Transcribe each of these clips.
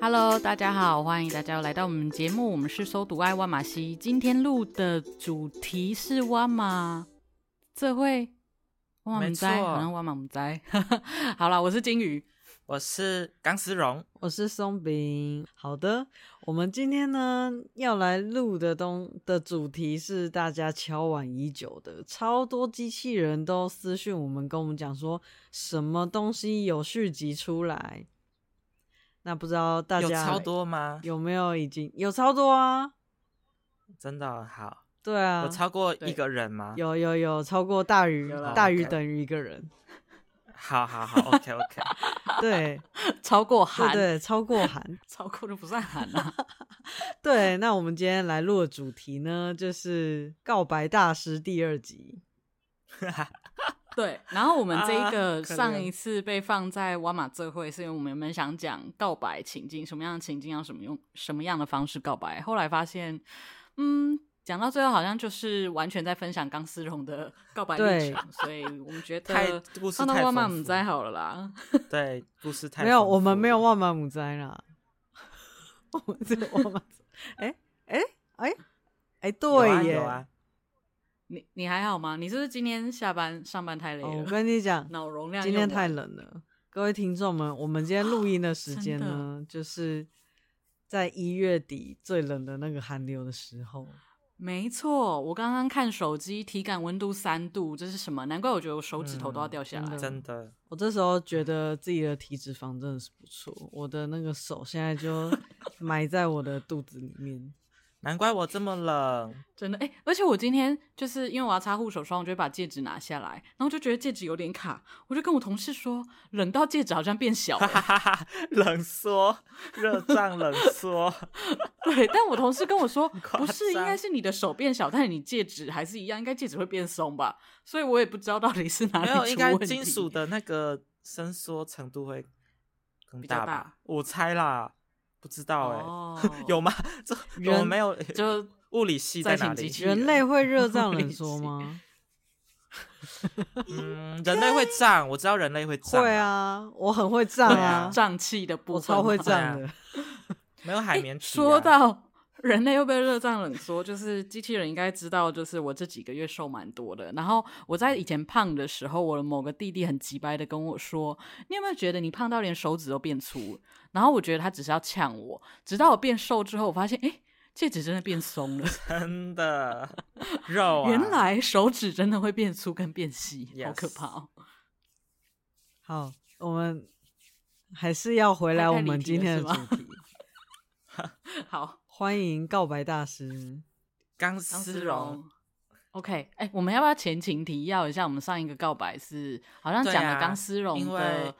Hello，大家好，欢迎大家来到我们节目，我们是搜读爱万马西。今天录的主题是万马，这会万马没不在，错好像万马不在。好了，我是金鱼， 我是钢丝绒，我是松饼。好的，我们今天呢要来录的东的主题是大家敲碗已久的，超多机器人都私讯我们，跟我们讲说什么东西有续集出来。那不知道大有家超多吗？有没有已经有超多啊？真的哦好，对啊，有超过对一个人吗？，有有有超过大于有啦大于 OK 等于一个人，好好好，OK OK，对超过对韩， 对，超过韩。超过就不算韩了、对，那我们今天来录的主题呢，就是《告白大师》第二集。对，然后我们这一啊个可怜上一次被放在瓦马这会，是因为我们原本想讲告白情境，什么样的情境要什么用什么样的方式告白，后来发现，嗯，讲到最后好像就是完全在分享钢丝绒的告白历对程，所以我们 觉太得故事放到太瓦马丰我们富再好了啦。对，故事太没有，丰富我们没有了万马母灾啦。 我们这个万马，哎哎哎哎，有啊对耶！有啊，你你还好吗？你是不是今天下班上班太累哦了？我跟你讲，脑容量今天用完太冷了，各位听众们，我们今天录啊音的时间呢，就是在一月底最冷的那个寒流的时候。没错，我刚刚看手机，体感温度三度，这是什么？难怪我觉得我手指头都要嗯掉下来。真真的我这时候觉得自己的体脂肪真的是不错，我的那个手现在就埋在我的肚子里面。难怪我这么冷，真的哎、而且我今天就是因为我要擦护手霜，我就会把戒指拿下来，然后就觉得戒指有点卡，我就跟我同事说，冷到戒指好像变小哈了。哈 哈哈，冷缩，热胀冷 缩，对，但我同事跟我说，夸不是，应该张是你的手变小，但是你戒指还是一样，应该戒指会变松 吧？所以我也不知道到底是哪里出没问有，题。应该金属的那个伸缩程度会更比较大吧？大我猜啦，不知道哎、，哦 有吗？这我人没有，就物理系在再请哪机里器？人类会热胀我也冷缩是吗？嗯，人类会胀，我知道人类会胀，会，啊，我很会胀对啊啊，胀气的部我分，啊超会胀胀的。没有海绵体啊、哎说到人类又被热胀冷缩，就是机器人应该知道，就是我这几个月瘦蛮多的。然后我在以前胖的时候，我的某个弟弟很急掰的跟我说：“你有没有觉得你胖到连手指都变粗了？”然后我觉得他只是要呛我，直到我变瘦之后，我发现哎。诶戒指真的变松了， 真的肉、啊，原来手指真的会变粗跟变细好可 Yes 怕哦！好，我们还是要回来太太我们离题今了天是的吗 主题，好，欢迎告白大师。钢张丝思绒荣。OK，哎、我们要不要前情提要一下？我们上一个告白是好像对讲了啊钢丝绒因的为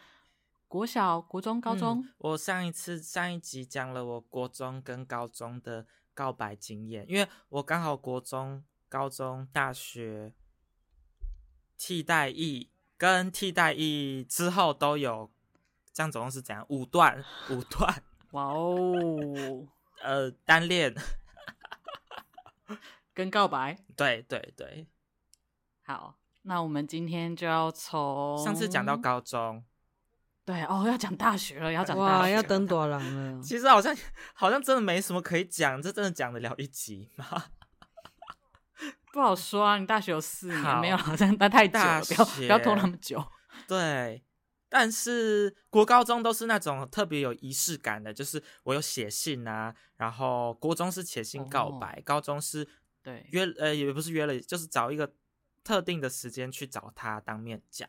国小、国中、高中，嗯我上一次上一集讲了我国中跟高中的告白经验，因为我刚好国中、高中、大学替代役跟替代役之后都有，这样总共是怎样 五段？五段哇哦，呃单恋， 跟告白。对对对，好，那我们今天就要从上次讲到高中，。对哦，要讲大学了，要讲大哇，学要登多郎了 其实好像好像真的没什么可以讲，这真的讲得了一集吗？不好说啊。你大学有四年好没有，好像那太久了，大不要不要学拖那么久。对，但是国高中都是那种特别有仪式感的，就是我有写信啊，然后国中是写信告白，高中是对，约呃也不是约了，就是找一个特定的时间去找他当面讲。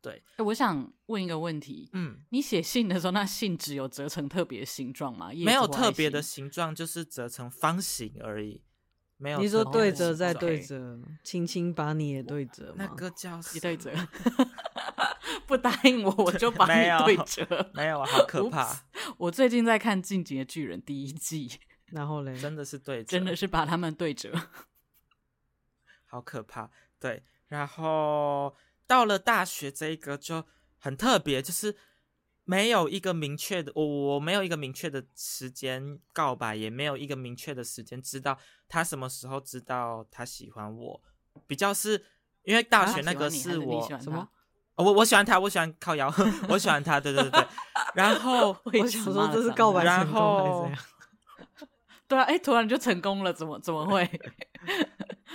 对，哎我想问一个问题，嗯，你写信的时候，那信纸有折成特别形状吗？叶没子有或特爱别的心形状，就是折成方形而已。没有特你别说的形状，对折再对，OK 折，轻轻把你也对折那吗？个叫什一么对折， 不答应我，我就把 没有你对折。没有啊，好可怕，我最近在看《进击的巨人》第一季，然后嘞，真的是对折，真的是把他们对折。 好可怕。对，然后到了大学这一个就很特别，就是没有一个明确的，我我没有一个明确的时间告白，也没有一个明确的时间知道他什么时候知道他喜欢我，比较是因为大他学喜那欢个你还是你我喜欢什么哦我我喜欢他，我喜欢靠摇， 我喜欢他，对对对对。然后他？我为想此说骂这是脏告话白然成功还是后怎样？对啊，哎，突然就成功了，怎么怎么会？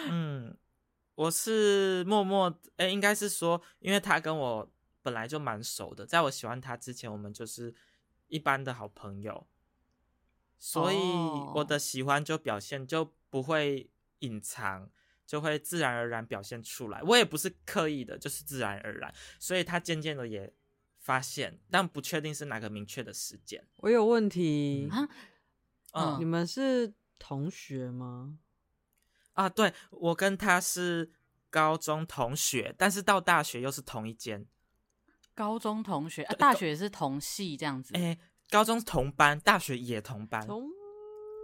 嗯，我是默默，哎、应该是说，因为他跟我本来就蛮熟的，在我喜欢他之前，我们就是一般的好朋友，所以我的喜欢就表现就不会隐藏，就会自然而然表现出来。我也不是刻意的，就是自然而然，所以他渐渐的也发现，但不确定是哪个明确的时间。我有问题，啊， 嗯你们是同学吗？啊，对我跟他是高中同学，但是到大学又是同一间。高中同学，啊、大学也是同系这样子。哎、高中同班，大学也同班，同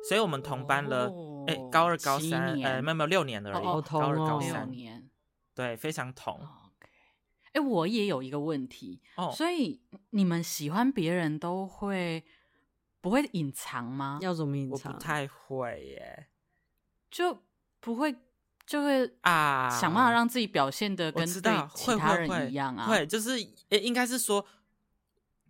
所以我们同班了。哎、哦高二、高七三，呃，年没有没有六年而已，哦同高二、高哦六三，年。对，非常同。 OK，哎、我也有一个问题，哦，所以你们喜欢别人都会不会隐藏吗？要怎么隐我不藏？太会耶就不会就会啊，想办法让自己表现的我跟知对道其会他会会人一样啊。会就是诶，应该是说，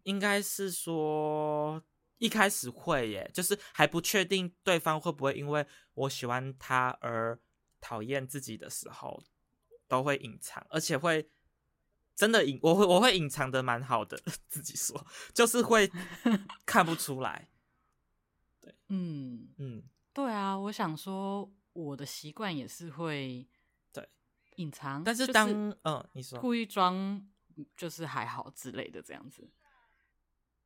应该是说一开始会耶，就是还不确定对方会不会因为我喜欢他而讨厌自己的时候，都会隐藏，而且会真的隐，我会我会隐藏的蛮好的， 自己说就 是会看不出来，嗯，嗯，对啊，我想说我的习惯也是会对隐藏，但就是当、嗯你说，故意装就是还好之类的这样子。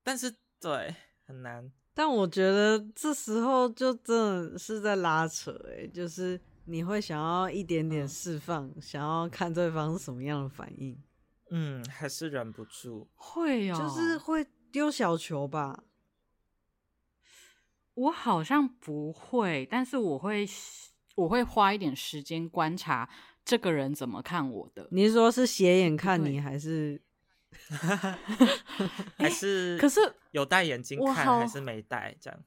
但是对很难，但我觉得这时候就真的是在拉扯、欸，就是你会想要一点嗯点释放，想要看对方是什么样的反应，嗯，还是忍不住，会哦，就是会丢小球吧。我好像不会，但是我会我会花一点时间观察这个人怎么看我的。你是说是斜眼看对你，还是还是可是有戴眼镜我看好还是没戴这样。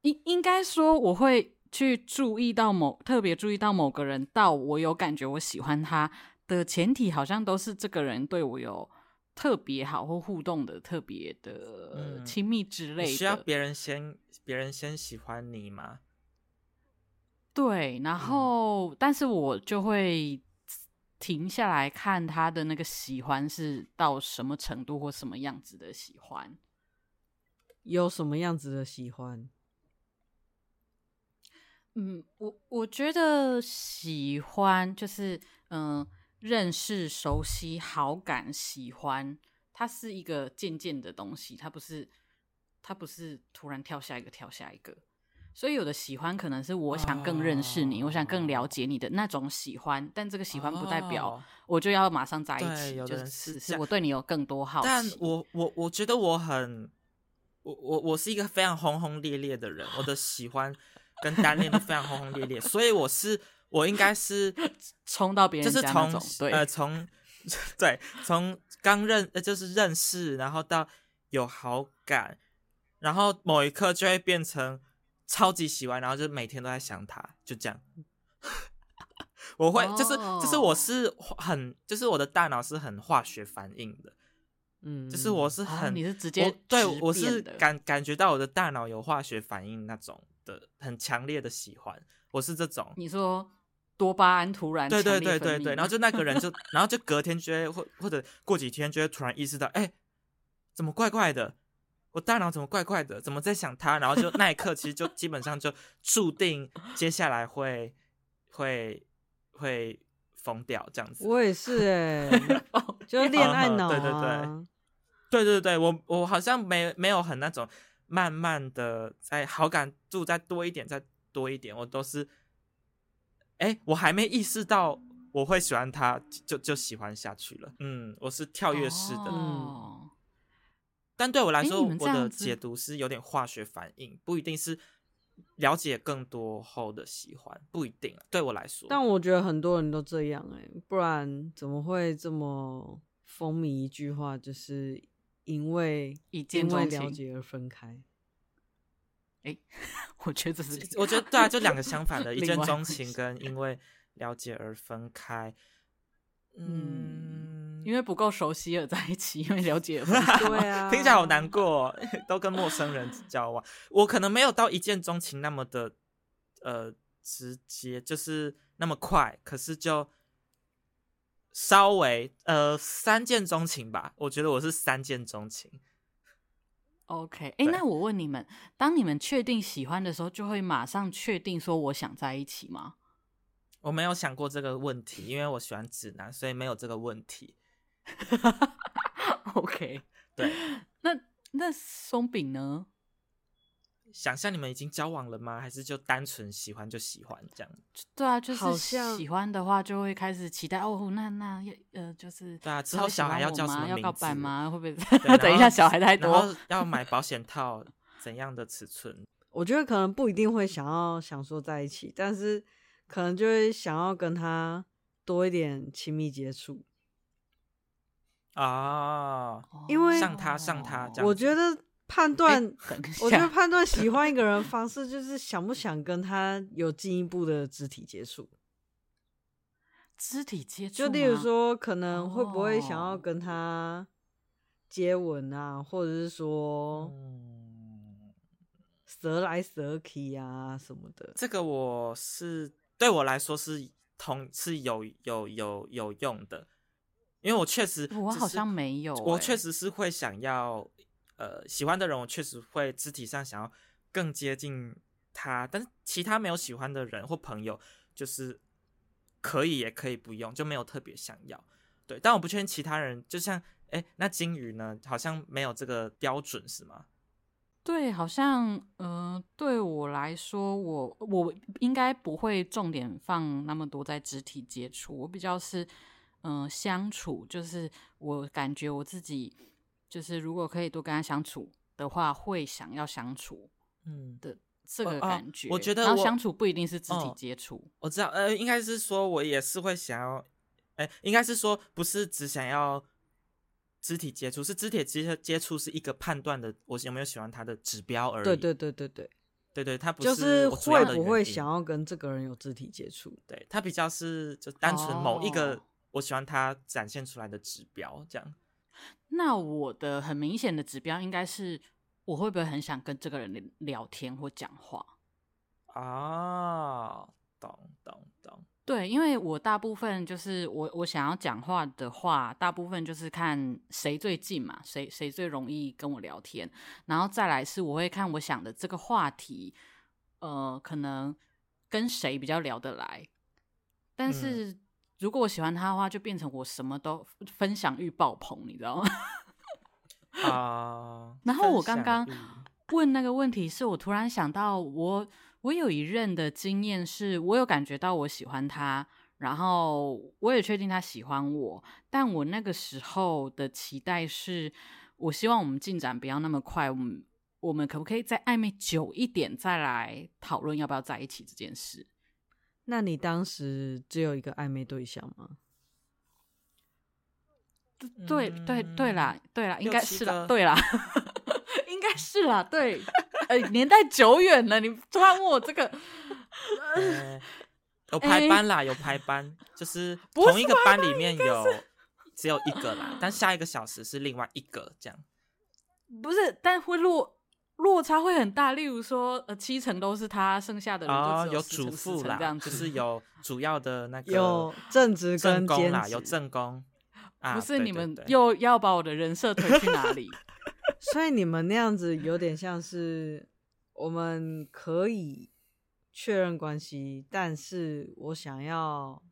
应应该说，我会去注意到某特别注意到某个人，到我有感觉我喜欢他的前提，好像都是这个人对我有特别好或互动的特别的嗯亲密之你类的。需要别人先别人先喜欢你吗？对，嗯然后、但是我就会停下来看他的那个喜欢是到什么程度或什么样子的喜欢。有什么样子的喜欢？嗯，我我觉得喜欢就是嗯、呃认识、熟悉、好感、喜欢，它是一个渐渐的东西，它不是它不是突然跳下一个跳下一个。所以有的喜欢可能是我想更认识你，我想更了解你的那种喜欢，但这个喜欢不代表哦我就要马上在一对起，有就的人是是只这是样我对你有更多好奇。但我我我觉得我很，我我我是一个非常轰轰烈烈的人，我的喜欢跟单恋都非常轰轰烈烈，所以我是我应该是 冲到别人就是家那从种，对，呃从 对从刚认呃就是认识，然后到有好感，然后某一刻就会变成超级喜欢，然后就每天都在想他，就这样。 我会就是就是我哦是很就是我的大脑是很化学反应的，嗯，就是我是哦很、你是直接我对质我是变的感感觉到我的大脑有化学反应那种的很强烈的喜欢，我是这种。你说多巴胺突然对对强烈对分对泌对，然后就那个人就，然后就隔天就会或或者过几天就会突然意识到，哎、怎么怪怪的？我大脑怎么怪怪的？怎么在想他？然后就那一刻，其实就基本上就注定接下来会会会疯掉这样子。我也是哎、哦 就是恋爱脑、啊，对对对对对对，我我好像没没有很那种慢慢的在好感度再多一点，再多一点，我都是，哎，我还没意识到我会喜欢他，就就喜欢下去了。嗯，我是跳跃式的，哦但对我来诶说，你们这我样的子解读是有点化学反应，不一定是了解更多后的喜欢，不一定啊。对我来说，但我觉得很多人都这样哎、不然怎么会这么风靡一句话，就是因为一见因为钟情了解而分开？ 我觉得这是 我觉得对啊，就两个相 反的，一另见外一钟回情事跟因为了解而分开。嗯， 因为不够熟悉而在一起，因为了解了 对啊，听起来好难过、 哦，都跟陌生人交往。我可能没有到一见钟情那么的呃直接，就是那么快，可是就稍微呃三见钟情吧。我觉得我是三见钟情， OK，哎、对那我问你们，当你们确定喜欢的时候，就会马上确定说我想在一起吗？我没有想过这个问题，因为我喜欢直男，所以没有这个问题。 OK，对，那那松饼呢？想象你们已经交往了吗？还是就单纯喜欢就喜欢这样？对啊，就好是像喜欢的话，就会开始期待哦。那那要呃，就是对啊之他后会喜小孩欢要我叫什吗么要名告白字吗？会不会 对等一然下小后孩太然后多？要买保险套，怎样的尺寸？我觉得可能不一定会想要想说在一起，但是可能就会想要跟他多一点亲密接触。啊、因为上他上他这样我子觉得判断、 等一我觉得下，判断喜欢一个人的方式就是想不想跟他有进一步的肢体接触，肢体接触，就例如，说可能会不会想要哦跟他接吻啊，或者是说嗯，舌来舌去啊什么的。这个我是对我来说是同是有有有有用的，因为我确实我只好是像没有我欸确实是会想要呃喜欢的人，我确实会肢体上想要更接近他，但是其他没有喜欢的人或朋友，就是可以也可以不用，就没有特别想要。对，但我不确定其他人，就像哎，那金鱼呢，好像没有这个标准是吗？对，好像呃，对我来说，我我应该不会重点放那么多在肢体接触，我比较是嗯、呃相处，就是我感觉我自己就是如果可以多跟他相处的话，会想要相处嗯，的这哦个哦感觉。我觉得然后我相处不一定是肢体哦接触，我知道，呃，应该是说我也是会想要，哎、应该是说不是只想要肢体接触，是肢体接接触是一个判断的我有没有喜欢他的指标而已。对对对对对，对对，他不就是我主要会的不原会因想，要跟这个人有肢体接触？对他比较是就单纯某一个哦我喜欢他展现出来的指标这样。那我的很明显的指标应该是我会不会很想跟这个人聊天或讲话。哦，懂懂懂， 对，因为我大部分就是我我想要讲话的话，大部分就是看谁最近嘛，谁谁最容易跟我聊天，然后再来是我会看我想的这个话题，呃，可能跟谁比较聊得来。但嗯是如果我喜欢他的话，就变成我什么都分享欲爆棚，你知道吗？啊、然后我分刚刚享嗯欲问那个问题，是我突然想到我，我有一任的经验是，我有感觉到我喜欢他，然后我也确定他喜欢我，但我那个时候的期待是，我希望我们进展不要那么快，我们我们可不可以再暧昧久一点，再来讨论要不要在一起这件事？那你当时只有一个暧昧对象吗？ 对对对啦，对啦，应六该嗯七是啦，个对啦， 应该是啦，对， 呃，年代久远了，你突然问我这个，哎有排哎班啦，有排班，就是不是同一个班里面有只有一个啦，但下一个小时是另外一个这样。不是，但会落落差会很大。例如说，呃，七成都是他，剩下的人啊、就只10成有主10妇成啦这样，子， 就是有主要的那个有正职正跟宫兼啦，职，有正宫。啊、不是对你对们对又要把我的人设推去哪 里？所以你们那样子有点像是我们可以确认关系，但是我想要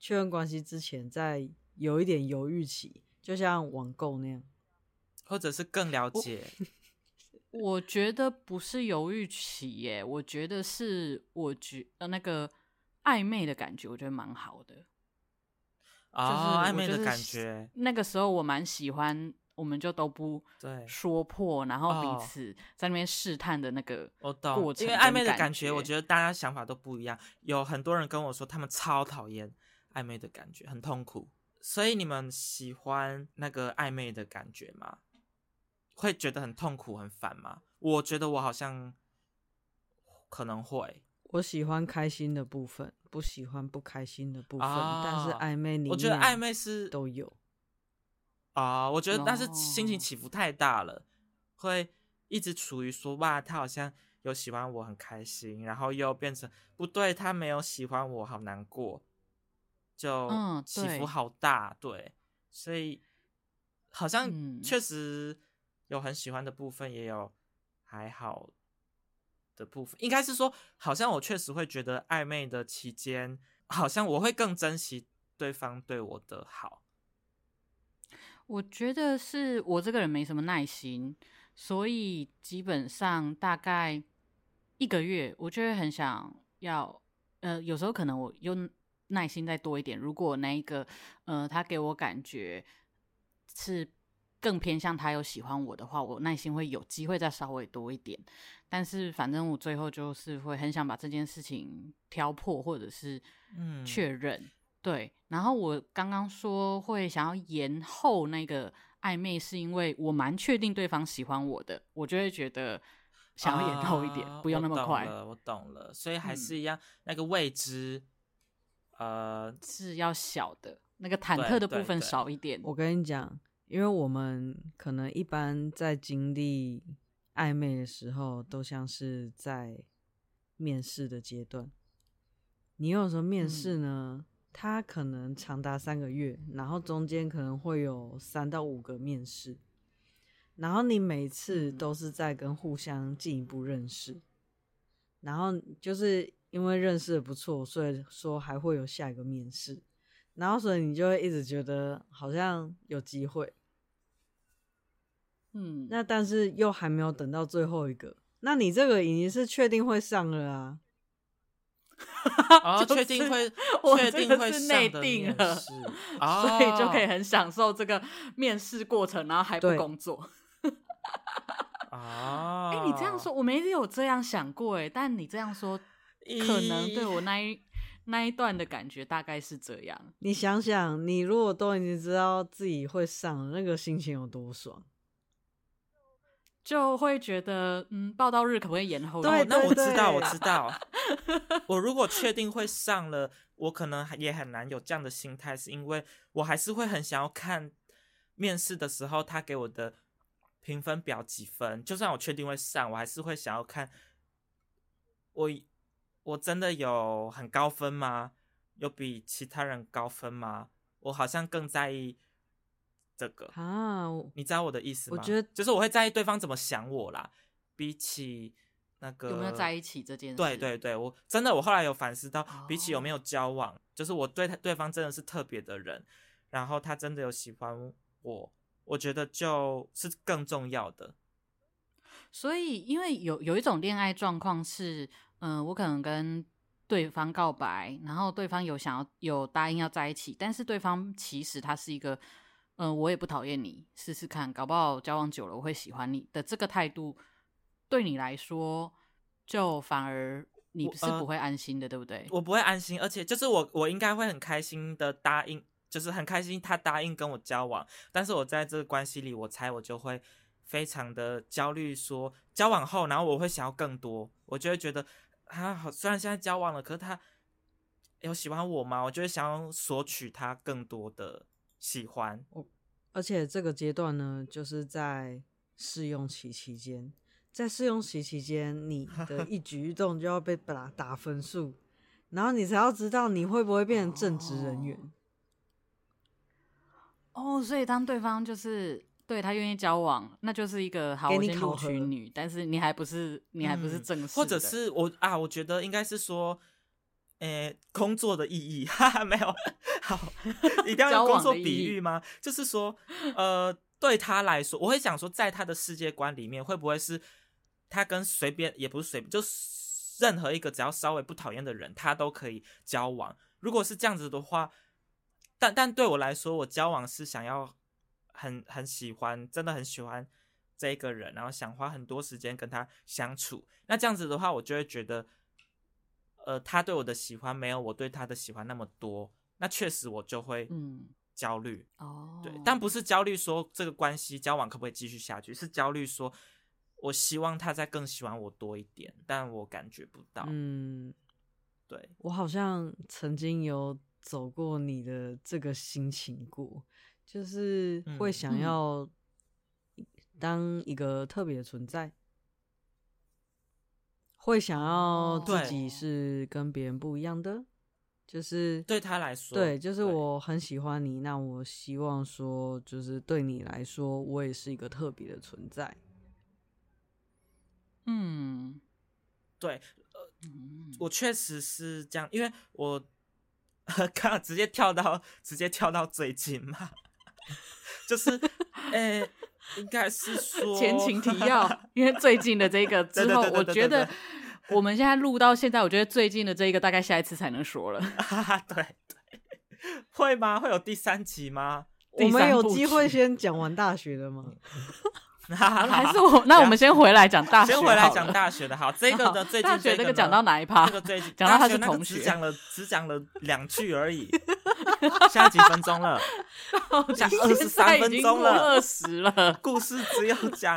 确认关系之前，在有一点犹豫期，就像网购那样。或者是更了 解，我觉得不是犹豫期耶，我觉得是我觉呃那个暧昧的感觉，我觉得蛮好的。哦，就是暧昧我就的是感觉，那个时候我蛮喜欢，我们就都不对，说破，然后哦彼此在那边试探的那个我过懂，程因为跟暧昧的感感觉，我觉得大家想法都不一样。有很多人跟我说，他们超讨厌暧昧的感觉，很痛苦。所以你们喜欢那个暧昧的感觉吗？会觉得很痛苦、很烦吗？我觉得我好像可能会，我喜欢开心的部分，不喜欢不开心的部分，啊但是暧昧你我觉得暧昧是都有。啊、我觉得但是心情哦起伏太大了，会一直处于说哇，他好像有喜欢我，很开心，然后又变成不对，他没有喜欢我，好难过，就嗯起对伏好大，对，所以好像嗯确实有很喜欢的部分，也有还好的部分，应该是说，好像我确实会觉得暧昧的期间，好像我会更珍惜对方对我的好。我觉得是我这个人没什么耐心，所以基本上大概一个月，我就会很想要，呃，有时候可能我用耐心再多一点。如果那一个，呃，他给我感觉是更偏向他有喜欢我的话，我耐心会有机会再稍微多一点。但是反正我最后就是会很想把这件事情挑破，或者是嗯确认。对，然后我刚刚说会想要延后那个暧昧，是因为我蛮确定对方喜欢我的，我就会觉得想要延后一点，啊不用那么快我懂，了，我懂了，所以还嗯是一样、那个未知， 呃，是要小的那个忐忑对的对部分对少一点。我跟你讲，因为我们可能一般在经历暧昧的时候，都像是在面试的阶段。你有时候面试呢，它可能长达三个月，然后中间可能会有三到五个面试，然后你每次嗯都是在跟互相进一步认识，然后就是因为认识的不错，所以说还会有下一个面试。然后所以你就会一直觉得好像有机会，嗯，那但是又还没有等到最后一个，那你这个已经是确定会上了啊。哦，啊就确是定会我确这定个会是上内的定面了试 哦，所以就可以很享受这个 面试过程，然后还不对工作。哦。哎、你这样说，我没有这样想过哎，但你这样说，可能对咦我那一那一段的感觉大概是这样。你想想，你如果都已经知道自己会上了，那个心情有多爽？就会觉得，嗯，报道日可不可以延后一对哦点？那我对知道，我对知道。我如果确定会上了，我可能也很难有这样的心态，是因为我还是会很想要看面试的时候他给我的评分表几分。就算我确定会上，我还是会想要看我我真的有很高分吗？有比其他人高分吗？我好像更在意这个。啊，我你知道我的意思我吗？觉得就是我会在意对方怎么想我啦，比起那 个有没有在一起这件事？对对对，我真的我后来有反思到哦，比起有没有交往，就是我对他对方真的是特别的人，然后他真的有喜欢我，我觉得就是更重要的。所以，因为有有一种恋爱状况是，嗯、我可能跟对方告白，然后对方有想要有答应要在一起，但是对方其实他是一个，嗯、我也不讨厌你，试试看，搞不好交往久了我会喜欢你的这个态度，对你来说就反而你我是呃不会安心的，对不对？我不会安心，而且就是我我应该会很开心的答应，就是很开心他答应跟我交往，但是我在这个关系里，我猜我就会非常的焦虑说，交往后，然后我会想要更多，我就会觉得啊，好，虽然现在交往了，可是他有喜欢我吗？我就会想要索取他更多的喜欢，而且这个阶段呢，就是在试用期期间，在试用期期间，你的一举一动就要被打打分数，然后你才要知道你会不会变成正职人员。哦哦，所以当对方就是对他愿意交往，那就是一个好，给我你先考录取核你，但是你还不是你还不嗯是正式的，或者是我啊，我觉得应该是说，诶、工作的意义， 哈哈，没有，好，一定要用工作比喻吗？就是说，呃，对他来说，我会想说，在他的世界观里面，会不会是他跟随便也不是随便，就是任何一个只要稍微不讨厌的人，他都可以交往。如果是这样子的话，但但对我来说，我交往是想要很很喜欢，真的很喜欢这一个人，然后想花很多时间跟他相处。那这样子的话，我就会觉得，呃，他对我的喜欢没有我对他的喜欢那么多，那确实我就会嗯，焦虑。哦，对，但不是焦虑说这个关系交往可不可以继续下去，是焦虑说我希望他再更喜欢我多一点，但我感觉不到。嗯，对，我好像曾经有走过你的这个心情过，就是会嗯嗯想要当一个特别的存在，会想要哦自己对是跟别人不一样的，就是对他来说，对，就是我很喜欢你，那我希望说，就是对你来说，我也是一个特别的存在。嗯，对，嗯我确实是这样，因为我刚好直接跳到直接跳到最近嘛， 就是呃、应该是说前情提要，因为最近的这个对之对后对，对我对觉对得我们现在录到现在，我觉得最近的这个大概下一次才能说了。啊， 对对，会吗？会有第三集吗？我第们三有部机会曲嗯先讲完大 学的吗？还 还是我？那我们先回来讲大学先好了，回来讲大学的好，这个的最近大学这那个个讲到呢哪一趴这？个最近讲到大他学是那个同只学讲了只讲了两句 而已，现在几分钟了，讲二十三分钟了二，十了，故事只有讲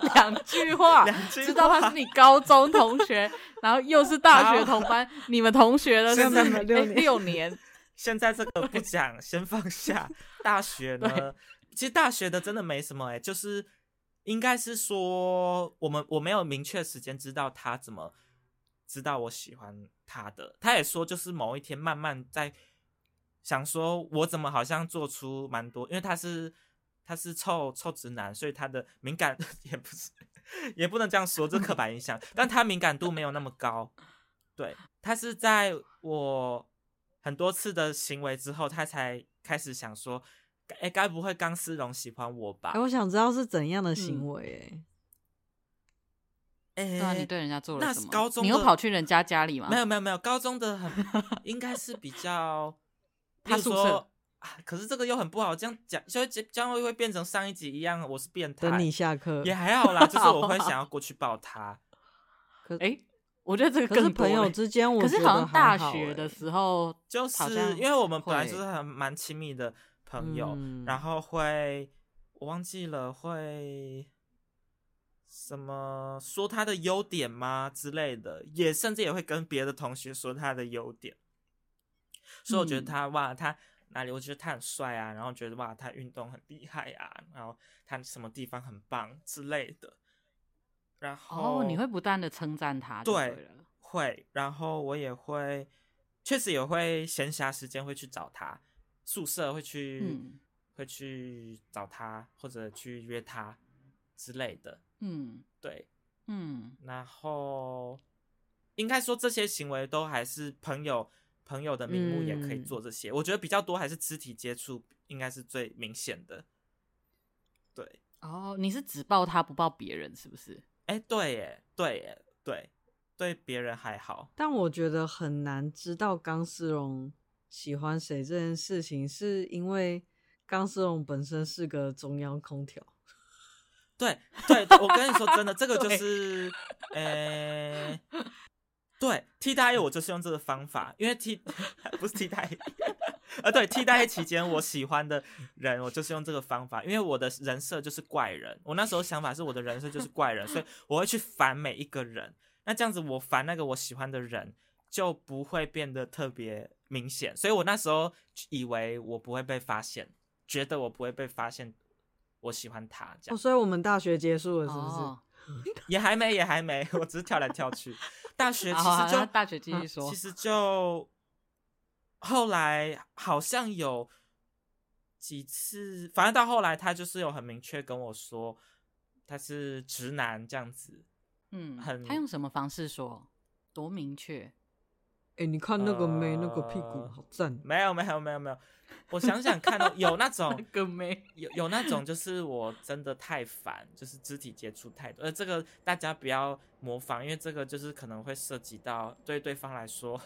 两句话，两句话啊知道他是你高中同学，然后又是大学同 班，你们同学了是现不在是？六哎年六 年，现在这个不讲，先放下。大学呢对，其实大学的真的没什么哎、就是应该是说我们我没有明确时间知道他怎么知道我喜欢他的。他也说就是某一天慢慢在想说，我怎么好像做出蛮多，因为他是他是臭臭直男，所以他的敏感 也不是也不能这样说，这刻板印象，但他敏感度没有那么高。对他是在我很多次的行为之后，他才开始想说，哎，该不会钢丝绒喜欢我吧哎、？哦我想知道是怎样的行嗯为、哎、哎、对啊，你对人家做那了什是么？高中你又的跑去人家家里吗？没有没有没有，高中的很 应该是比较，他例如宿说舍啊，可是这个又很不好，这样讲，就这将会会变成上一集一样，我是变态。等你下课。也还 好啦，就是我会想要过去抱他。哎，我觉得这个可是更多朋友嘞之间，我可觉是得好像大还好学的哎时候，就是好像因为我们本来会就是很蛮亲密的朋友，嗯然后会我忘记了会什么说他的优点吗之类的，也甚至也会跟别的同学说他的优点。所以我觉得嗯他、哇，他哪里？我觉得他很帅啊，然后觉得哇，他运动很厉害啊，然后他什么地方很棒之类的。然后哦，你会不断的称赞他就对对了，会，然后我也会，确实也会闲暇时间会去找他，宿舍会去、嗯会去找他，或者去约他之类的。嗯对，嗯，然后应该说这些行为都还是朋友朋友的名目也可以嗯做这些，我觉得比较多还是肢体接触应该是最明显的。对，哦，你是只抱他不抱别人是不是？哎，对耶，对耶，对，对别人还好。但我觉得很难知道钢丝绒喜欢谁这件事情，是因为钢丝绒本身是个中央空调。对对，我跟你说真的，这个就对是，呃、对，替代役我就是用这个方法，因为替 不是替代役，啊，对，替代役期间我喜欢的人，我就是用这个方法，因为我的人设就是怪人，我那时候想法是我的人设就是怪人，所以我会去烦每一个人，那这样子我烦那个我喜欢的人就不会变得特别明显，所以我那时候以为我不会被发现，觉得我不会被发现。我喜欢他，这样哦，所以我们大学结束了，是不是？哦，也还没，也还没，我只是跳来跳去。大学其好好实就嗯那大学继续说其，实就后来好像有几次，反正到后来他就是有很明确跟我说他是直男这样子，嗯，很他用什么方式说？多明确？哎，你看那个眉，那个屁股呃好赞。。没有没有没有没有，我想想看哦，有那 种更美。有有那种就是我真的太烦，就是肢体接触太多，呃，这个大家不要模仿，因为这个就是可能会涉及到对对方来说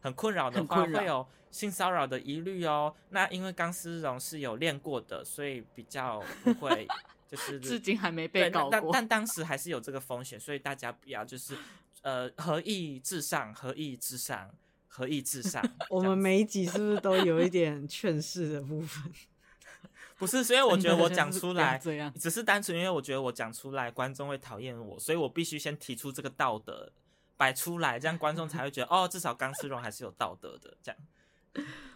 很困扰的很话，困扰会有性骚扰的疑虑哦。那因为钢丝绒是有练过的，所以比较不会 就是至今还没对被告但过。但当时还是有这个风险，所以大家不要就是呃合意至上，合意至上，合意 至上我这们样子每一集是不是都 有一点劝世的部分？ 不是，所以我觉 得真的我真讲是出不要来这样，只是单纯因为我觉得我讲出来观众会讨厌我，所以我必须先提出这个道德摆出来，这样观众才会觉得哦，至少钢丝绒还是有道德的这样。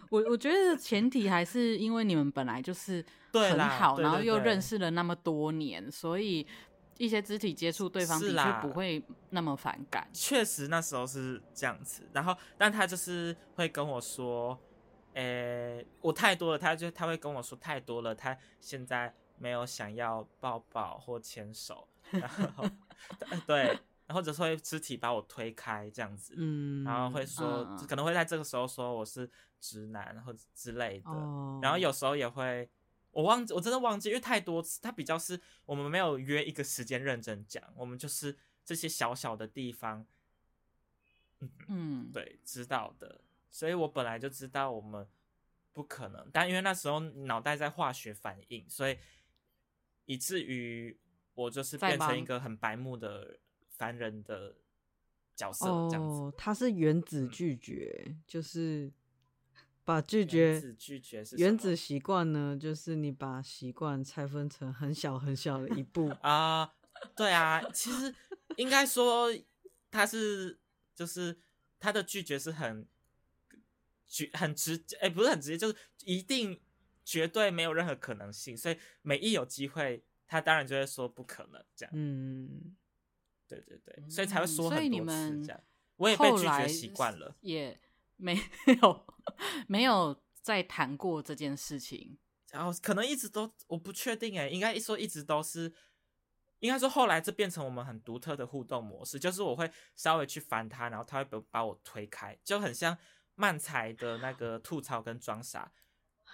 我我觉得前提还是因为你们本来就是 对很啦好，对然后对又对认识了那么多年，所以一些肢体接触对方是的啦确不会那么反感。确实那时候是这样子，然后但他就是会跟我说，诶、我太多了，他就他会跟我说太多了，他现在没有想要抱抱或牵手，然后 对，然后或者是会肢体把我推开这样子，嗯，然后会说、嗯嗯可能会在这个时候说我是直男或者之类的，哦，然后有时候也会，我忘记，我真的忘记，因为太多次，它比较是我们没有约一个时间认真讲，我们就是这些小小的地方嗯，对知道的，所以我本来就知道我们不可能，但因为那时候脑袋在化学反应，所以以至于我就是在变成忙一个很白目的凡人的角色这样子。哦，他是原子拒绝，就是把拒原绝子拒绝是什原么，子习惯呢，就是你把习惯拆分成很小很小的一步啊、对啊，其实应该说他是就是他的拒绝是很直很直接，哎、不是很直接，就是一定绝对没有任何可能性，所以每一有机会，他当然就会说不可能这样。嗯，对对对，所以才会嗯说所以很你多次们这样。我也被后拒来绝习惯了，也没 有没有再谈过这件事情。然后可能一直都我不确定哎，应该一说一直都是，应该说后来这变成我们很独特的互动模式，就是我会稍微去烦他，然后他会把把我推开，就很像漫才的那个吐槽跟装傻，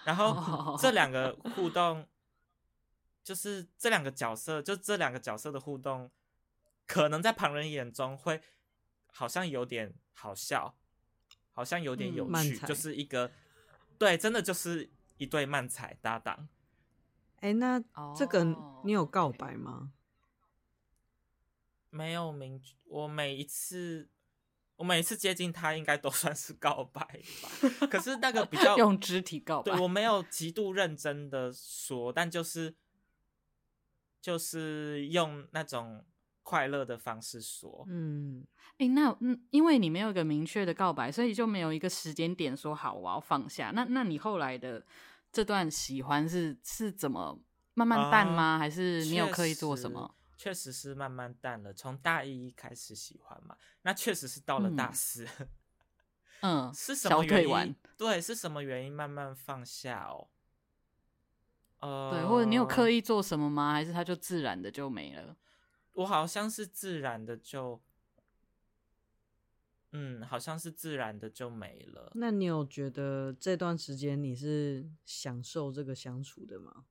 然后哦这两个互动，就是这两个角色，就这两个角色的互动，可能在旁人眼中会好像有点好笑，好像有点嗯有漫趣，才就是一个对，真的就是一对漫才搭档。哎、那这个哦你有告白吗？没有明确，我每一次我每一次接近他，应该都算是告白吧。可是那个比 较用肢体告白对我没有极度认真的说，但就是就是用那种快乐的方式说。嗯，诶，那嗯，因为你没有一个明确的告白，所以就没有一个时间点说好我要放下。那那你后来的这段喜欢是是怎么慢慢啊淡吗？还是嗯你有刻意做什么？确实？确实是慢慢淡了，从大一开始喜欢嘛，那确实是到了大嗯四。嗯，是什小么原腿丸因？对，是什么原因慢慢放下哦？呃，对，或者你有刻？意做什么吗？还是它就自然的就没了？我好像是自然的就，嗯，好像是自然的就没了。那你有觉得这段时间你是享受这个相处的吗？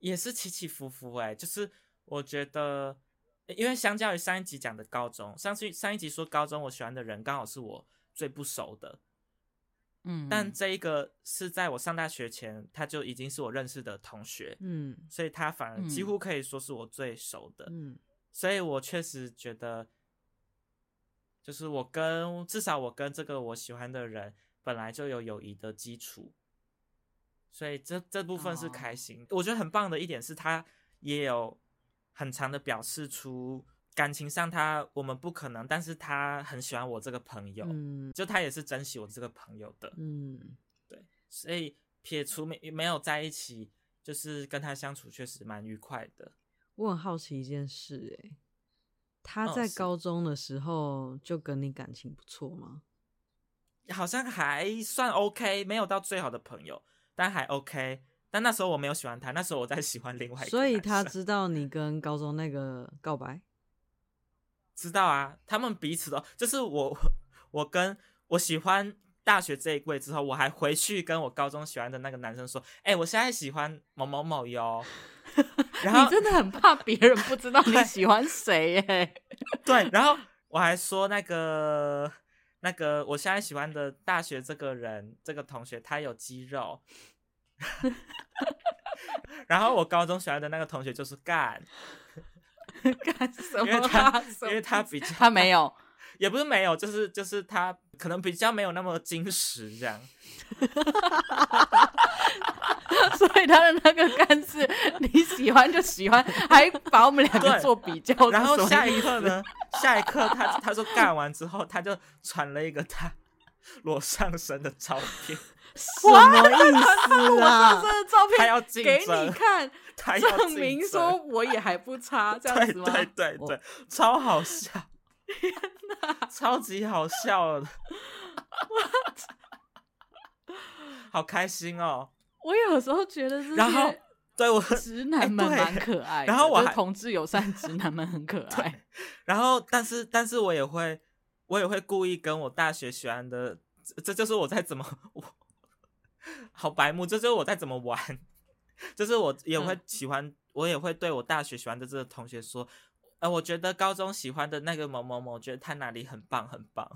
也是起起伏伏哎、就是我觉得，因为相较于上一集讲的高中，上次上一集说高中我喜欢的人刚好是我最不熟的，嗯，但这一个是在我上大学前他就已经是我认识的同学，嗯所以他反而几嗯乎可以说是我最熟的。嗯所以我确实觉得，就是我跟至少我跟这个我喜欢的人本来就有友谊的基础，所以这这部分是开心。我觉得很棒的一点是，他也有很长的表示出感情上他我们不可能，但是他很喜欢我这个朋友，嗯就他也是珍惜我这个朋友的。嗯，所以撇除没没有在一起，就是跟他相处确实蛮愉快的。我很好奇一件事、哎，他嗯在是高中的时候就跟你感情不错吗？好像还算 OK，没有到最好的朋友，但还 OK。但那时候我没有喜欢他，那时候我在喜欢另外一个男生。所以他知道你跟高中那个告白， 知道啊，他们彼此都就是我，我跟我喜欢大学这一柜之后，我还回去跟我高中喜欢的那个男生说，哎、我现在喜欢某某某哟。然后你真的很怕别人不知道你对喜欢谁耶、 对，然后我还说那个那个我现在喜欢的大学这个人这个同学他有肌肉， 然后我高中喜欢的那个同学就是 干，干什么因为啊？他什因么为他比较他没有，也不是没有，就是就是他可能比较没有那么矜持这样，所以他的那个干是你喜欢就喜欢，还把我们两个对做比较。然后哦是什么下意一思刻呢， 下一刻他他说干完之后他就传了一个他 裸上身的照片，什么意思把啊这？个照他要片竞给争你看， 他要证竞明争说我也还不差，这样 对子吗？对对我对，超好笑， 超级好笑 的， 好开心哦。我有时候觉得这然后些对我， 直男们哎对蛮可爱的， 然后我就是还同志友善直男们很 可爱。然后但是但是我也会，我也会故意跟我大学喜欢的，这这就是我在怎么我好白目，这就是我在怎么玩，就是我也会嗯喜欢，我也会对我大学喜欢的这个同学说。呃，我觉得高中喜欢的那个某某某，我觉得他哪里很棒，很棒。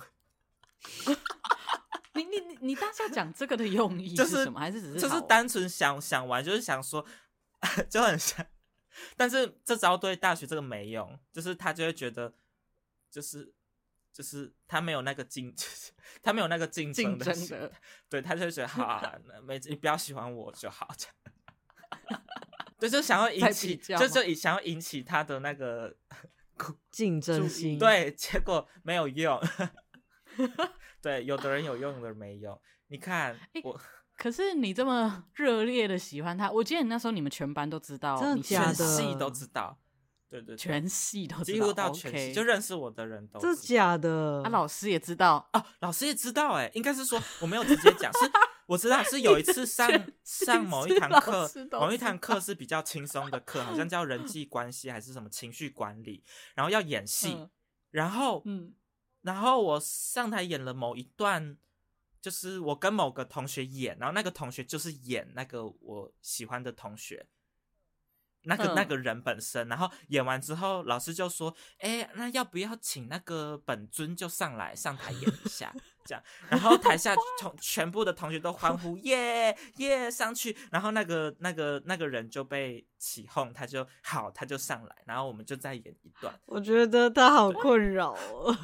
你你你你当下讲这个的用意就是是什么？还是只就是好玩单纯想想玩，就是想说， 就很像。但是这招对大学这个没用，就是他就会觉得，就是就是他没有那个竞， 他没有那个竞竞争的争心，的？对他就会觉得好、啊，那没你不要喜欢我就好，这样。 对，就想要在引比起，较就吗就以想要引起他的那个竞争心，，对，结果没有用。 对，有的人有用，有的人没用。你看诶我，可是你这么热烈的喜欢他，我记得你那时候你们全班都知道，真的你喜假欢全的他系都知道，对对对，全系都知道，几乎到 OK 全系就认识我的人都知道。这假的啊，老师也知道，哦，老师也知道哎、应该是说我没有直接讲， 是我知道是有一次上全系上某一是堂老课师，都某一知堂课是比较轻松的课，好像叫人际关系还是什么情绪管理，然后要演戏，嗯然后嗯，然后我上台演了某一段，就是我跟某个同学演，然后那个同学就是演那个我喜欢的同学，那个、嗯那个人本身。然后演完之后，老师就说：“哎，那要不要请那个本尊就上来上台演一下？”这样，然后台下从全部的同学都欢呼耶耶上去，然后那个那个那个人就被起哄，他就好，他就上来，然后我们就再演一段。我觉得他好啊困扰哦。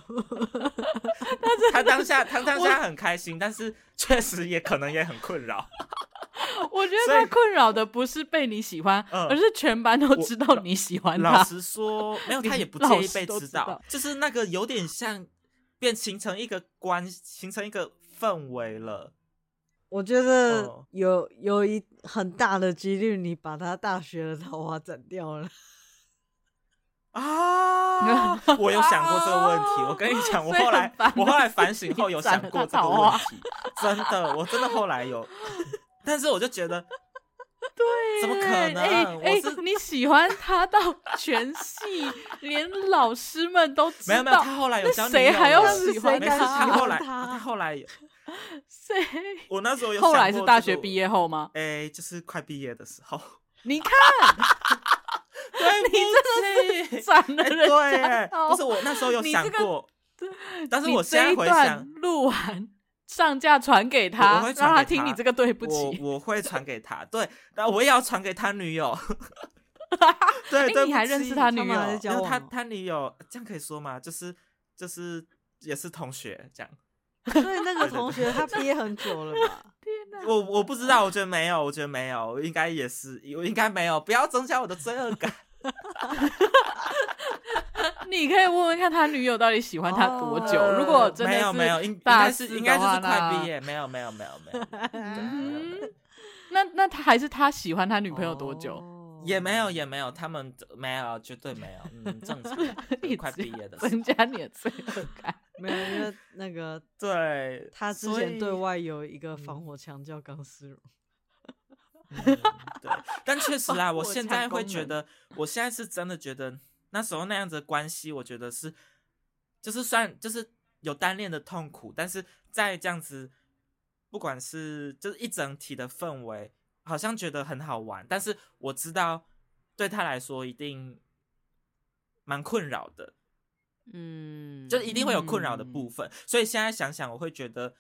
他当下他当下很开心，但是确实也可能也很困 扰。嗯我觉所以得他困扰的不是被你喜欢，嗯而是全班都知道啊你喜欢老他。实说，没有你他也不老介意师被都知知道道，就是那个有点像变形成一个关，形成一个氛围了。我觉得哦有有一很大的几率，你把他大学的桃花斩掉了。 啊！我有想过这个问题，我跟你讲，我所以后很来烦我后来的是反省后你有斩想了过他这个桃问花题，真的，我真的后 来有，但是我就觉得对，怎么可能哎我哎是你喜欢他到全系，连老师们都知没有道。没有，他后来有那交女谁友还要了喜欢没事，他他后来他他后来有，谁？我那时候有后想来是过大这学个毕业后吗？哎、就是快毕业 的时候。你看，对你不 真的起 是斩了哎人哎对家哎，刀。不是我那时候有你想这个过，但是你我现这在一回段想，录完上架传给我他会，让传他给听他你这个对不我起。我 会传给他，对，但我也要传给他女友。 哎 对，对你不还认起识他女他们还在友？交然后往他哦他女友这样可以说吗？就是就是也是同 学这样。所以那个同学他憋很久了 吧？天哪！我我不知道，我觉得没有，我觉得没有，我应该也是，我应该没有。不要增加我的罪恶感。你可以问问看他女友到底喜欢他多久。哦如果真的呃没有是没有，应应大该四是应该就的话是快那嗯毕。业，没有没有没有没有，对没有没有那那他还是他喜欢他女朋友多久？，哦也没有，也没有，他们没有，绝对没有，嗯，正常 一快直毕业的时候，增加你的罪恶感。没有，因为那个 对，他之所前以对外有一个防火墙叫钢丝绒。嗯对，但确实啦，防我火现墙在会功觉能得，我现在是真的觉得那时候那样子的关系，我觉得是，就是算就是有单恋的痛苦，但是在这样子，不管是就是一整体的氛围，好像觉得很好玩，但是我知道对他来说一定蛮困扰的，嗯，就一定会有困扰的嗯部分。所以现在想想，我会觉得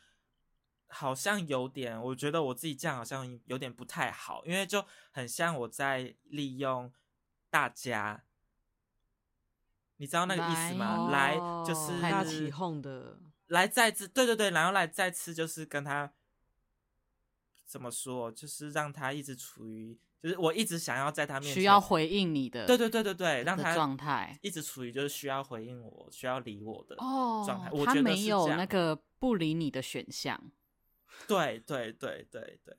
好像有点，我觉得我自己这样好像有点不太好，因为就很像我在利用大家。你知道那个意思吗？来来就是害大你起哄的，来再次，对对对，然后来再次就是跟他怎么说，就是让他一直处于，就是我一直想要在他面前需要，回应你的，对对对对对，让的他状态一直处于就是需要回应我，需要理我的哦状态。我他觉得没是有这样那，个不理你的选项，对对对对对，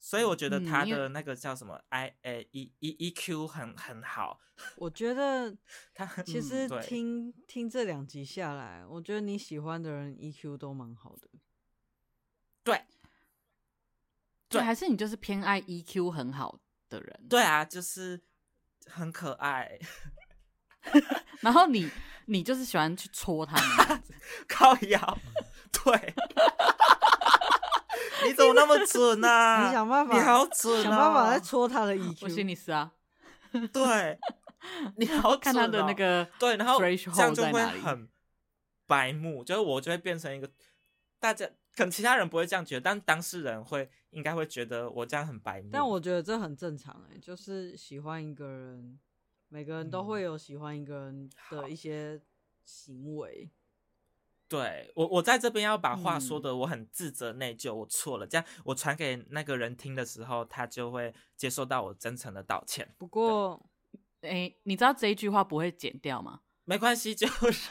所以我觉得嗯他因为的那个叫什么 I 呃 E E E Q 很很好，我觉得他其嗯实嗯对听、听这两集下来，我觉得你喜欢的人 EQ 都蛮好的。对对还是你就是偏爱 EQ 很好的人，对啊，就是很可爱， 然后你你就是喜欢去戳他们 这样子，靠腰，嗯 对。你怎么那么准啊？你想办法你好准、哦，想办法在戳他的 E EQ。我心里是啊， 对，你好准、哦，看他的那个对，然后这样 threshold 就在会哪里，很白目，就是我就会变成一个大家可能其他人不会这样觉得，但当事人会应该会觉得我这样很白目。但我觉得这很正常哎、就是喜欢一个人，每个人都会有喜欢一个人的一些行为。对我我在这边要把话说嗯的，我很自责内疚，我错了，这样我传给那个人听的时候，他就会接受到我真诚的道歉。不过哎、你知道这一句话不会剪掉吗？ 没关系， 就是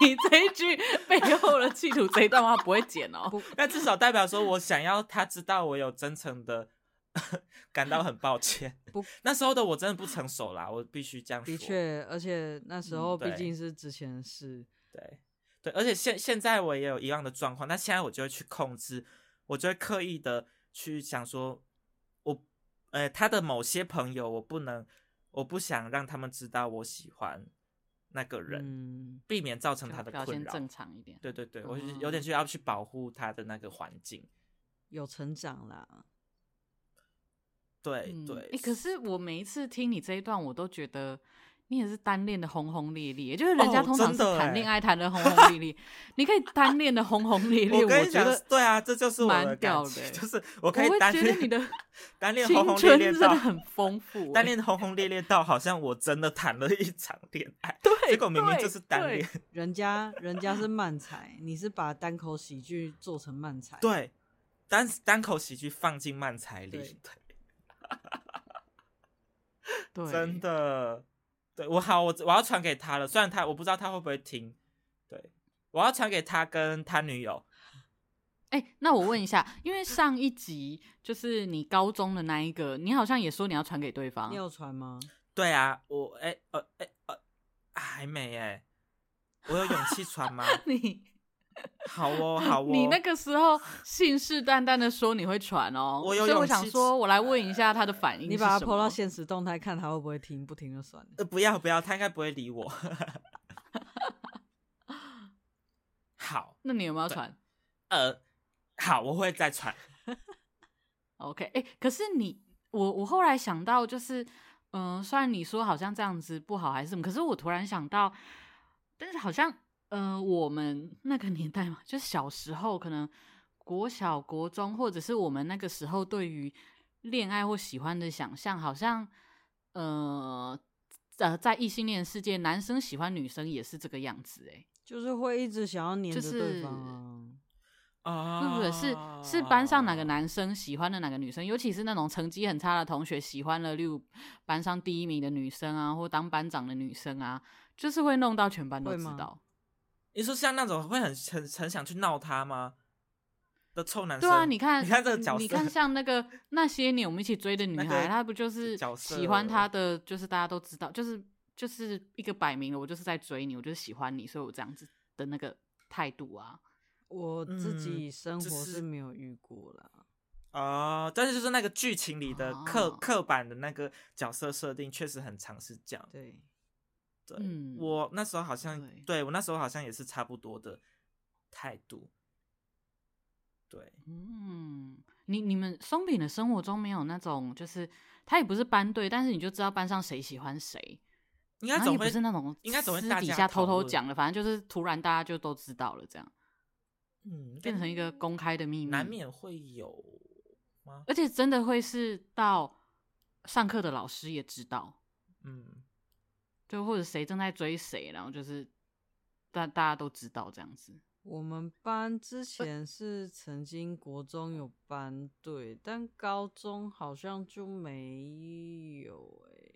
你这一句背后的企图，这一段话不会剪 哦。那至少代表说我想要他知道我有真诚的 感到很抱歉不。那时候的我真的不成熟啦，我必须这样说。的，确，而且那时候嗯对毕竟是之前的事，对对，而且现现在我也有一样的状况，但现在我就会去控制，我就会刻意的去想说，我呃他的某些朋友，我不能，我不想让他们知道我喜欢那个人，嗯，避免造成他的表困现扰。正哦常一点，对对对，我就是有点需要去保护他的那个环境。有成长啦。对嗯哎对，诶可是我每一次听你这一段，我都觉得你也是单恋的轰轰烈烈，就是人家哦通常是真的谈恋诶 爱谈的轰轰烈烈，你可以单恋的轰轰烈烈，我我跟你觉讲得，对啊，这就是我的蛮感屌情，的欸就是我我可以会 单觉得你恋的单恋轰青轰烈春烈真到的很丰富欸诶， 单恋轰轰烈烈到好像我真的谈了一场恋爱，对结果明明 对就是单对恋，人家人家是漫才，你是把单口喜剧做成漫才，对，单单口喜剧放进漫才里，对，真的，对我好，我我要传给他了，虽然他我不知道他会不会听，对我要传给他跟他女友，哎、那我问一下，因为上一集就是你高中的那一个，你好像也说你要传给对方你，有传吗？对啊，我哎、呃哎、呃还没哎、我有勇气 传吗？你好哦，好哦，你那个时候信誓旦旦的说你会传哦，我有所以我勇想气说，我来问一下他的 反应你是什把么。它抛到现实动态看，他会不会听？不听就算了。呃，不要不要，他应该不会理 我。 好，那你有没有传呃，好，我会再传。 ？OK，哎、可是你我我后来想到就是，嗯、虽然你说好像这样子不好还是什么，可是我突然想到，但是好像，呃，我们那个年代嘛，就是小时候可能国小、国中，或者是我们那个时候对于恋爱或喜欢的想象，好像，呃。呃，在异性恋世界，男生喜欢女生也是这个样子、欸，就是会一直想要黏就着对方是啊。哦，不不是是班上啊哪个男生喜欢的哪个女生，尤其是那种成绩很差的同学喜欢了，例如班上第一名的女生啊，或当班长的女生啊，就是会弄到全班都会知吗道。你说像那种会很很很想去闹他吗？的臭男生。对啊，你看，你看这个角色，你看像那 个那些年我们一起追的女那孩，个她不就是角色喜欢她的，就是大家都知道，就是就是一个摆明了我就是在追你，我就是喜欢你，所以我这样子的那个态度啊。我自己生就活是是没有遇过啦，哦，但是就是那个剧情里的刻哦刻板的那个角色设定，确实很尝试这样。对，对、嗯我那时候好像，对对我那时候好像也是差不多的态度。对，嗯，你你们松饼的生活中没有那种，就是他也不是班队，但是你就知道班上谁喜欢谁，应该然后总也不会是那种应该总会私大底家下偷讨偷论讲的，反正就是突然大家就都知道了，这样嗯，变成一个嗯公开的秘密，难免会有吗？而且真的会是到上课的老师也知道，嗯，就或者谁正在追谁，然后就是大大家都知道这样子。我们班之前是曾经国中有班队，但高中好像就没有哎、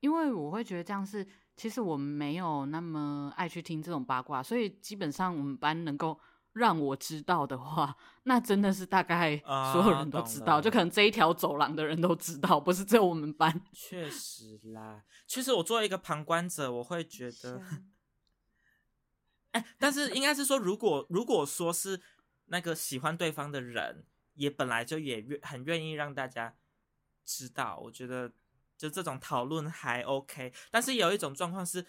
因为我会觉得这样是，其实我没有那么爱去听这种八卦，所以基本上我们班能够让我知道的话，那真的是大概啊所有人都知道，懂了就可能这一条走廊的人都知道，不是只有我们班。确实啦。确实，我作为一个旁观者，我会觉得， 哎、但是应该是说，如果如果说是那个喜欢对方的人，也本来就也愿很愿意让大家知道，我觉得就这种讨论还 OK。但是有一种状况是，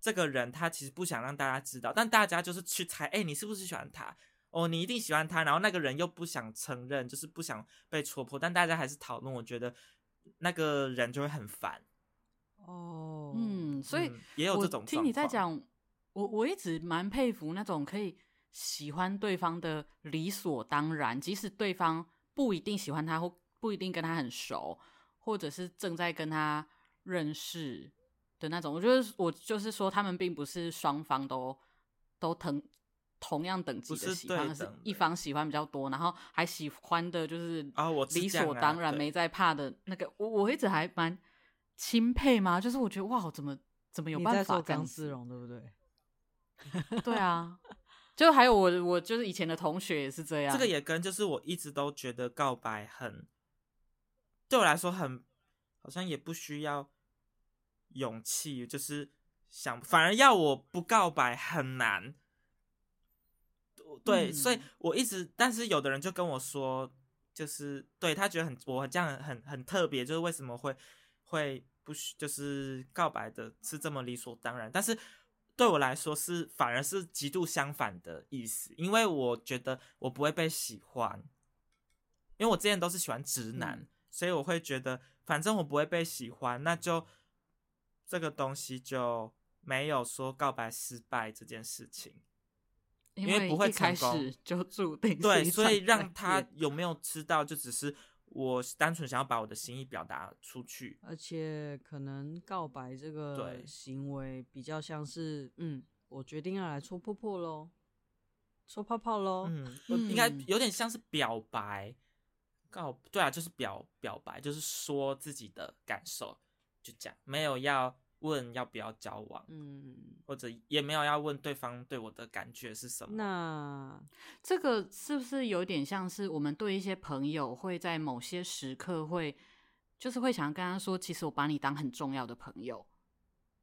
这个人他其实不想让大家知道，但大家就是去猜，哎、你是不是喜欢他？哦，你一定喜欢他。然后那个人又不想承认，就是不想被戳破，但大家还是讨论，我觉得那个人就会很烦。哦，嗯，所以嗯也有这我种听你在状况讲，我我一直蛮佩服那种可以喜欢对方的理所当然，即使对方不一定喜欢他，或不一定跟他很熟，或者是正在跟他认识的那种。我觉得我就是说，他们并不是双方都都同同样等级不的是喜对欢，而是等一的方喜欢比较多，然后还喜欢的就是啊我是理这样所啊当然对没在怕的那个。我我一直还蛮钦佩嘛，就是我觉得哇，我怎么怎么有你办在法说这样张子哦思荣对不对？对 啊，就还有我，我就是以前的同学也是这样。这个也跟就是我一直都觉得告白很，对我来说很，好像也不需要勇气，就是想，反而要我不告白很难。对，嗯所以我一直，但是有的人就跟我说，就是对他觉得很我这样很很特别，就是为什么会会不需就是告白的是这么理所当然，但是对我来说是反而是极度相反的意思，因为我觉得我不会被喜欢，因为我之前都是喜欢直男，嗯所以我会觉得反正我不会被喜欢，那就这个东西就没有说告白失败这件事情。因因为不会一开成功始就注定是对，一所以场让灾他变有没有吃到，就只是我单纯想要把我的心意表达出去。而且可能告白这个对行为比较像是，嗯，我决定要来戳破破喽，戳泡泡喽。嗯，我应该嗯有点像是表白，告对啊，就是表表白，就是说自己的感受，就这样，没有要问要不要交往，嗯，或者也没有要问对方对我的感觉是什么。那这个是不是有点像是我们对一些朋友会在某些时刻会，就是会想跟他说，其实我把你当很重要的朋友，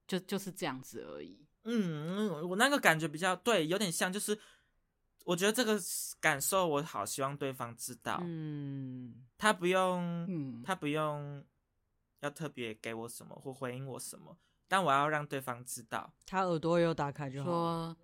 就就是这样子而已。嗯，嗯我那个感觉比较对，有点像，就是我觉得这个感受我好希望对方知道，嗯，他不用，嗯他不用要特别给我什么或回应我什么，但我要让对方知道，他耳朵有打开就好了。说，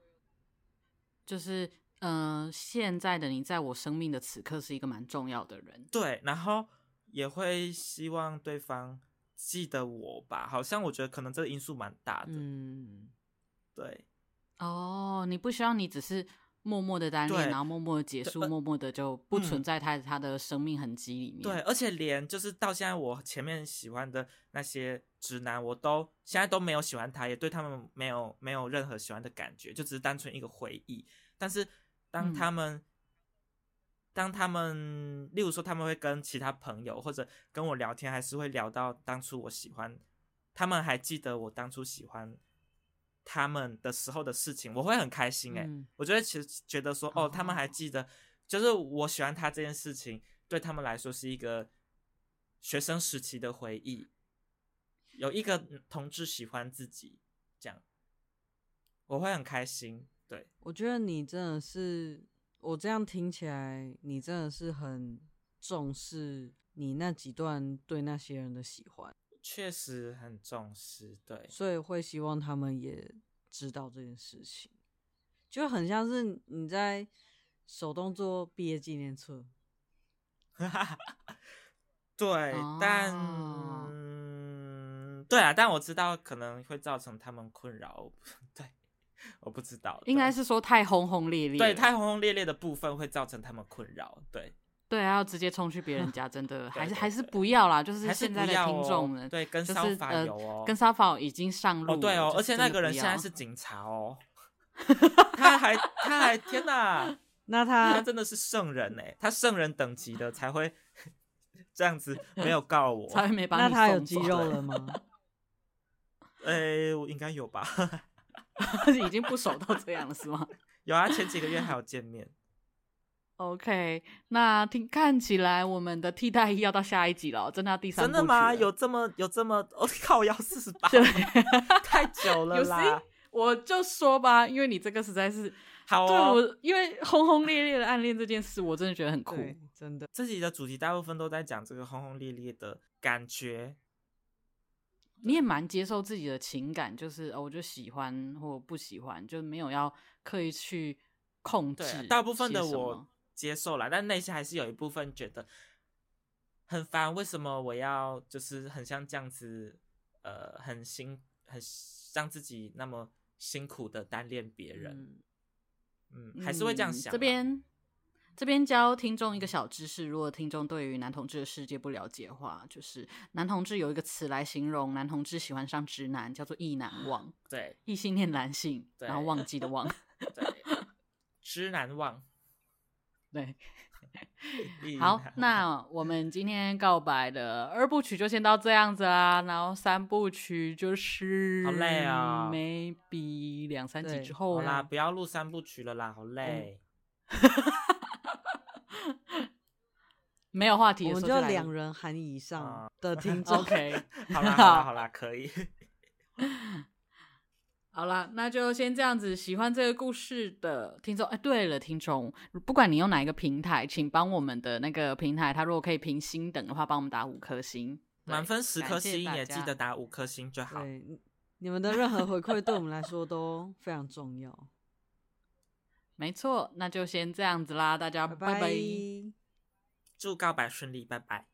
就是嗯、呃现在的你在我生命的此刻是一个蛮重要的人。对，然后也会希望对方记得我吧，好像我觉得可能这个因素蛮大的，嗯，对，哦，你不希望你只是默默的单对恋，然后默默的结对束，呃默默的就不存嗯在他他的生命痕迹里面。嗯对，，而且连就是到现在我前面喜欢的那些直男，我都现在都没有喜欢他，也对他们没有没有任何喜欢的感觉，就只是单纯一个回忆。但是当嗯他们、当他们，例如说他们会跟其他朋友或者跟我聊天，还是会聊到当初我喜欢，他们还记得我当初喜欢他们的时候的事情，我会很开心哎、嗯我觉得其实觉得说，哦，他们还记得，就是我喜欢他这件事情，对他们来说是一个学生时期的回忆。有一个嗯同志喜欢自己，这样我会很开心。对，我觉得你真的是，我这样听起来，你真的是很重视你那几段对那些人的喜欢。确实很重视，对，所以会希望他们也知道这件事情，就很像是你在手动做毕业纪念册，对，但、哦嗯对啊，但我知道可能会造成他们困扰， 我不对，我不知道，应该对是说太轰轰烈烈，对太轰轰烈烈的部分会造成他们困扰，对，对啊，要直接冲去别人家，真的还是 对还是不要啦，就是还是现在不的要听众哦们，，对，跟就烧是法呃有哦，跟沙宝已经上路哦，了，对哦，就而是且真那的个人不现在要是警察 哦，他还他还天哪，那 他他真的是圣人哎，他圣人等级的才会 这样子没有告我， 才没把 那你他有送肌走肉了吗？呃，我应该有吧， 已经不熟到这样了是吗？有啊，前几个月还有见面， OK，那听看起来我们的替代役要到下一集了哦，真的要 第三真的部曲吗？了有这么有这么？我、哦、靠，要四十八，对 太久了有 C，啦。我就说吧，因为你这个实在是好对哦，我，因为轰轰烈烈的暗恋这件事，我真的觉得很酷。对，真的，这集的主题大部分都在讲这个轰轰烈烈的感觉，你也蛮接受自己的情感，就是哦，我就喜欢或不喜欢，就没有要刻意去控制对些什啊、么。大部分的我接受了，但内心还是有一部分觉得很烦。为什么我要就是很像这样子，呃，很辛很让自己那么辛苦的单恋别人？嗯还是会这样嗯想啦。这边这边教听众一个小知识，如果听众对于男同志的世界不了解的话，就是男同志有一个词来形容男同志喜欢上直男，叫做意难忘，对异性恋男性，啊对然后忘记的 忘。对，知难忘。 对，好，那我们今天告白的二部曲就先到这样子啦，然后三部曲就是好累啊，maybe 两三集对之好后啦，，不要录三部曲了啦，嗯好累。没有话题我的们时候就来录 两人含以上的听众， OK。好啦，好啦， 好啦，可以。好啦，那就先这样子。喜欢这个故事的听众，哎，对了，听众，不管你用哪一个平台，请帮我们的那个平台，它如果可以评星等的话，帮我们打五颗星，对满分十颗星感谢也大记家得打五颗星就好。对，你你们的任何回馈对我们来说都非常重要。没错，那就先这样子啦，大家拜啊拜拜拜祝告白顺利，拜拜。